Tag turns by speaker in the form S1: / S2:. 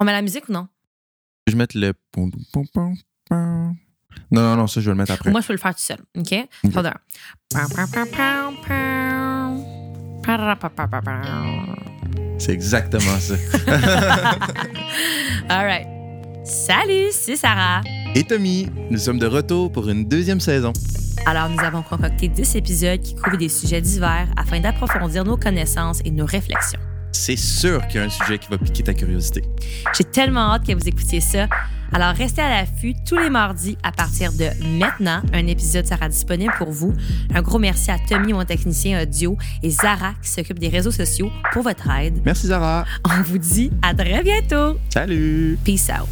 S1: On met la musique ou non?
S2: Je vais mettre le. Non, non, non, ça, je vais le mettre après.
S1: Moi, je peux le faire tout seul. OK? Hold on.
S2: C'est exactement ça.
S1: All right. Salut, c'est Sarah.
S2: Et Tommy, nous sommes de retour pour une deuxième saison.
S1: Alors, nous avons concocté 10 épisodes qui couvrent des sujets divers afin d'approfondir nos connaissances et nos réflexions.
S2: C'est sûr qu'il y a un sujet qui va piquer ta curiosité.
S1: J'ai tellement hâte que vous écoutiez ça. Alors, restez à l'affût tous les mardis à partir de maintenant. Un épisode sera disponible pour vous. Un gros merci à Tommy, mon technicien audio, et Zara, qui s'occupe des réseaux sociaux, pour votre aide.
S2: Merci, Zara.
S1: On vous dit à très bientôt.
S2: Salut.
S1: Peace out.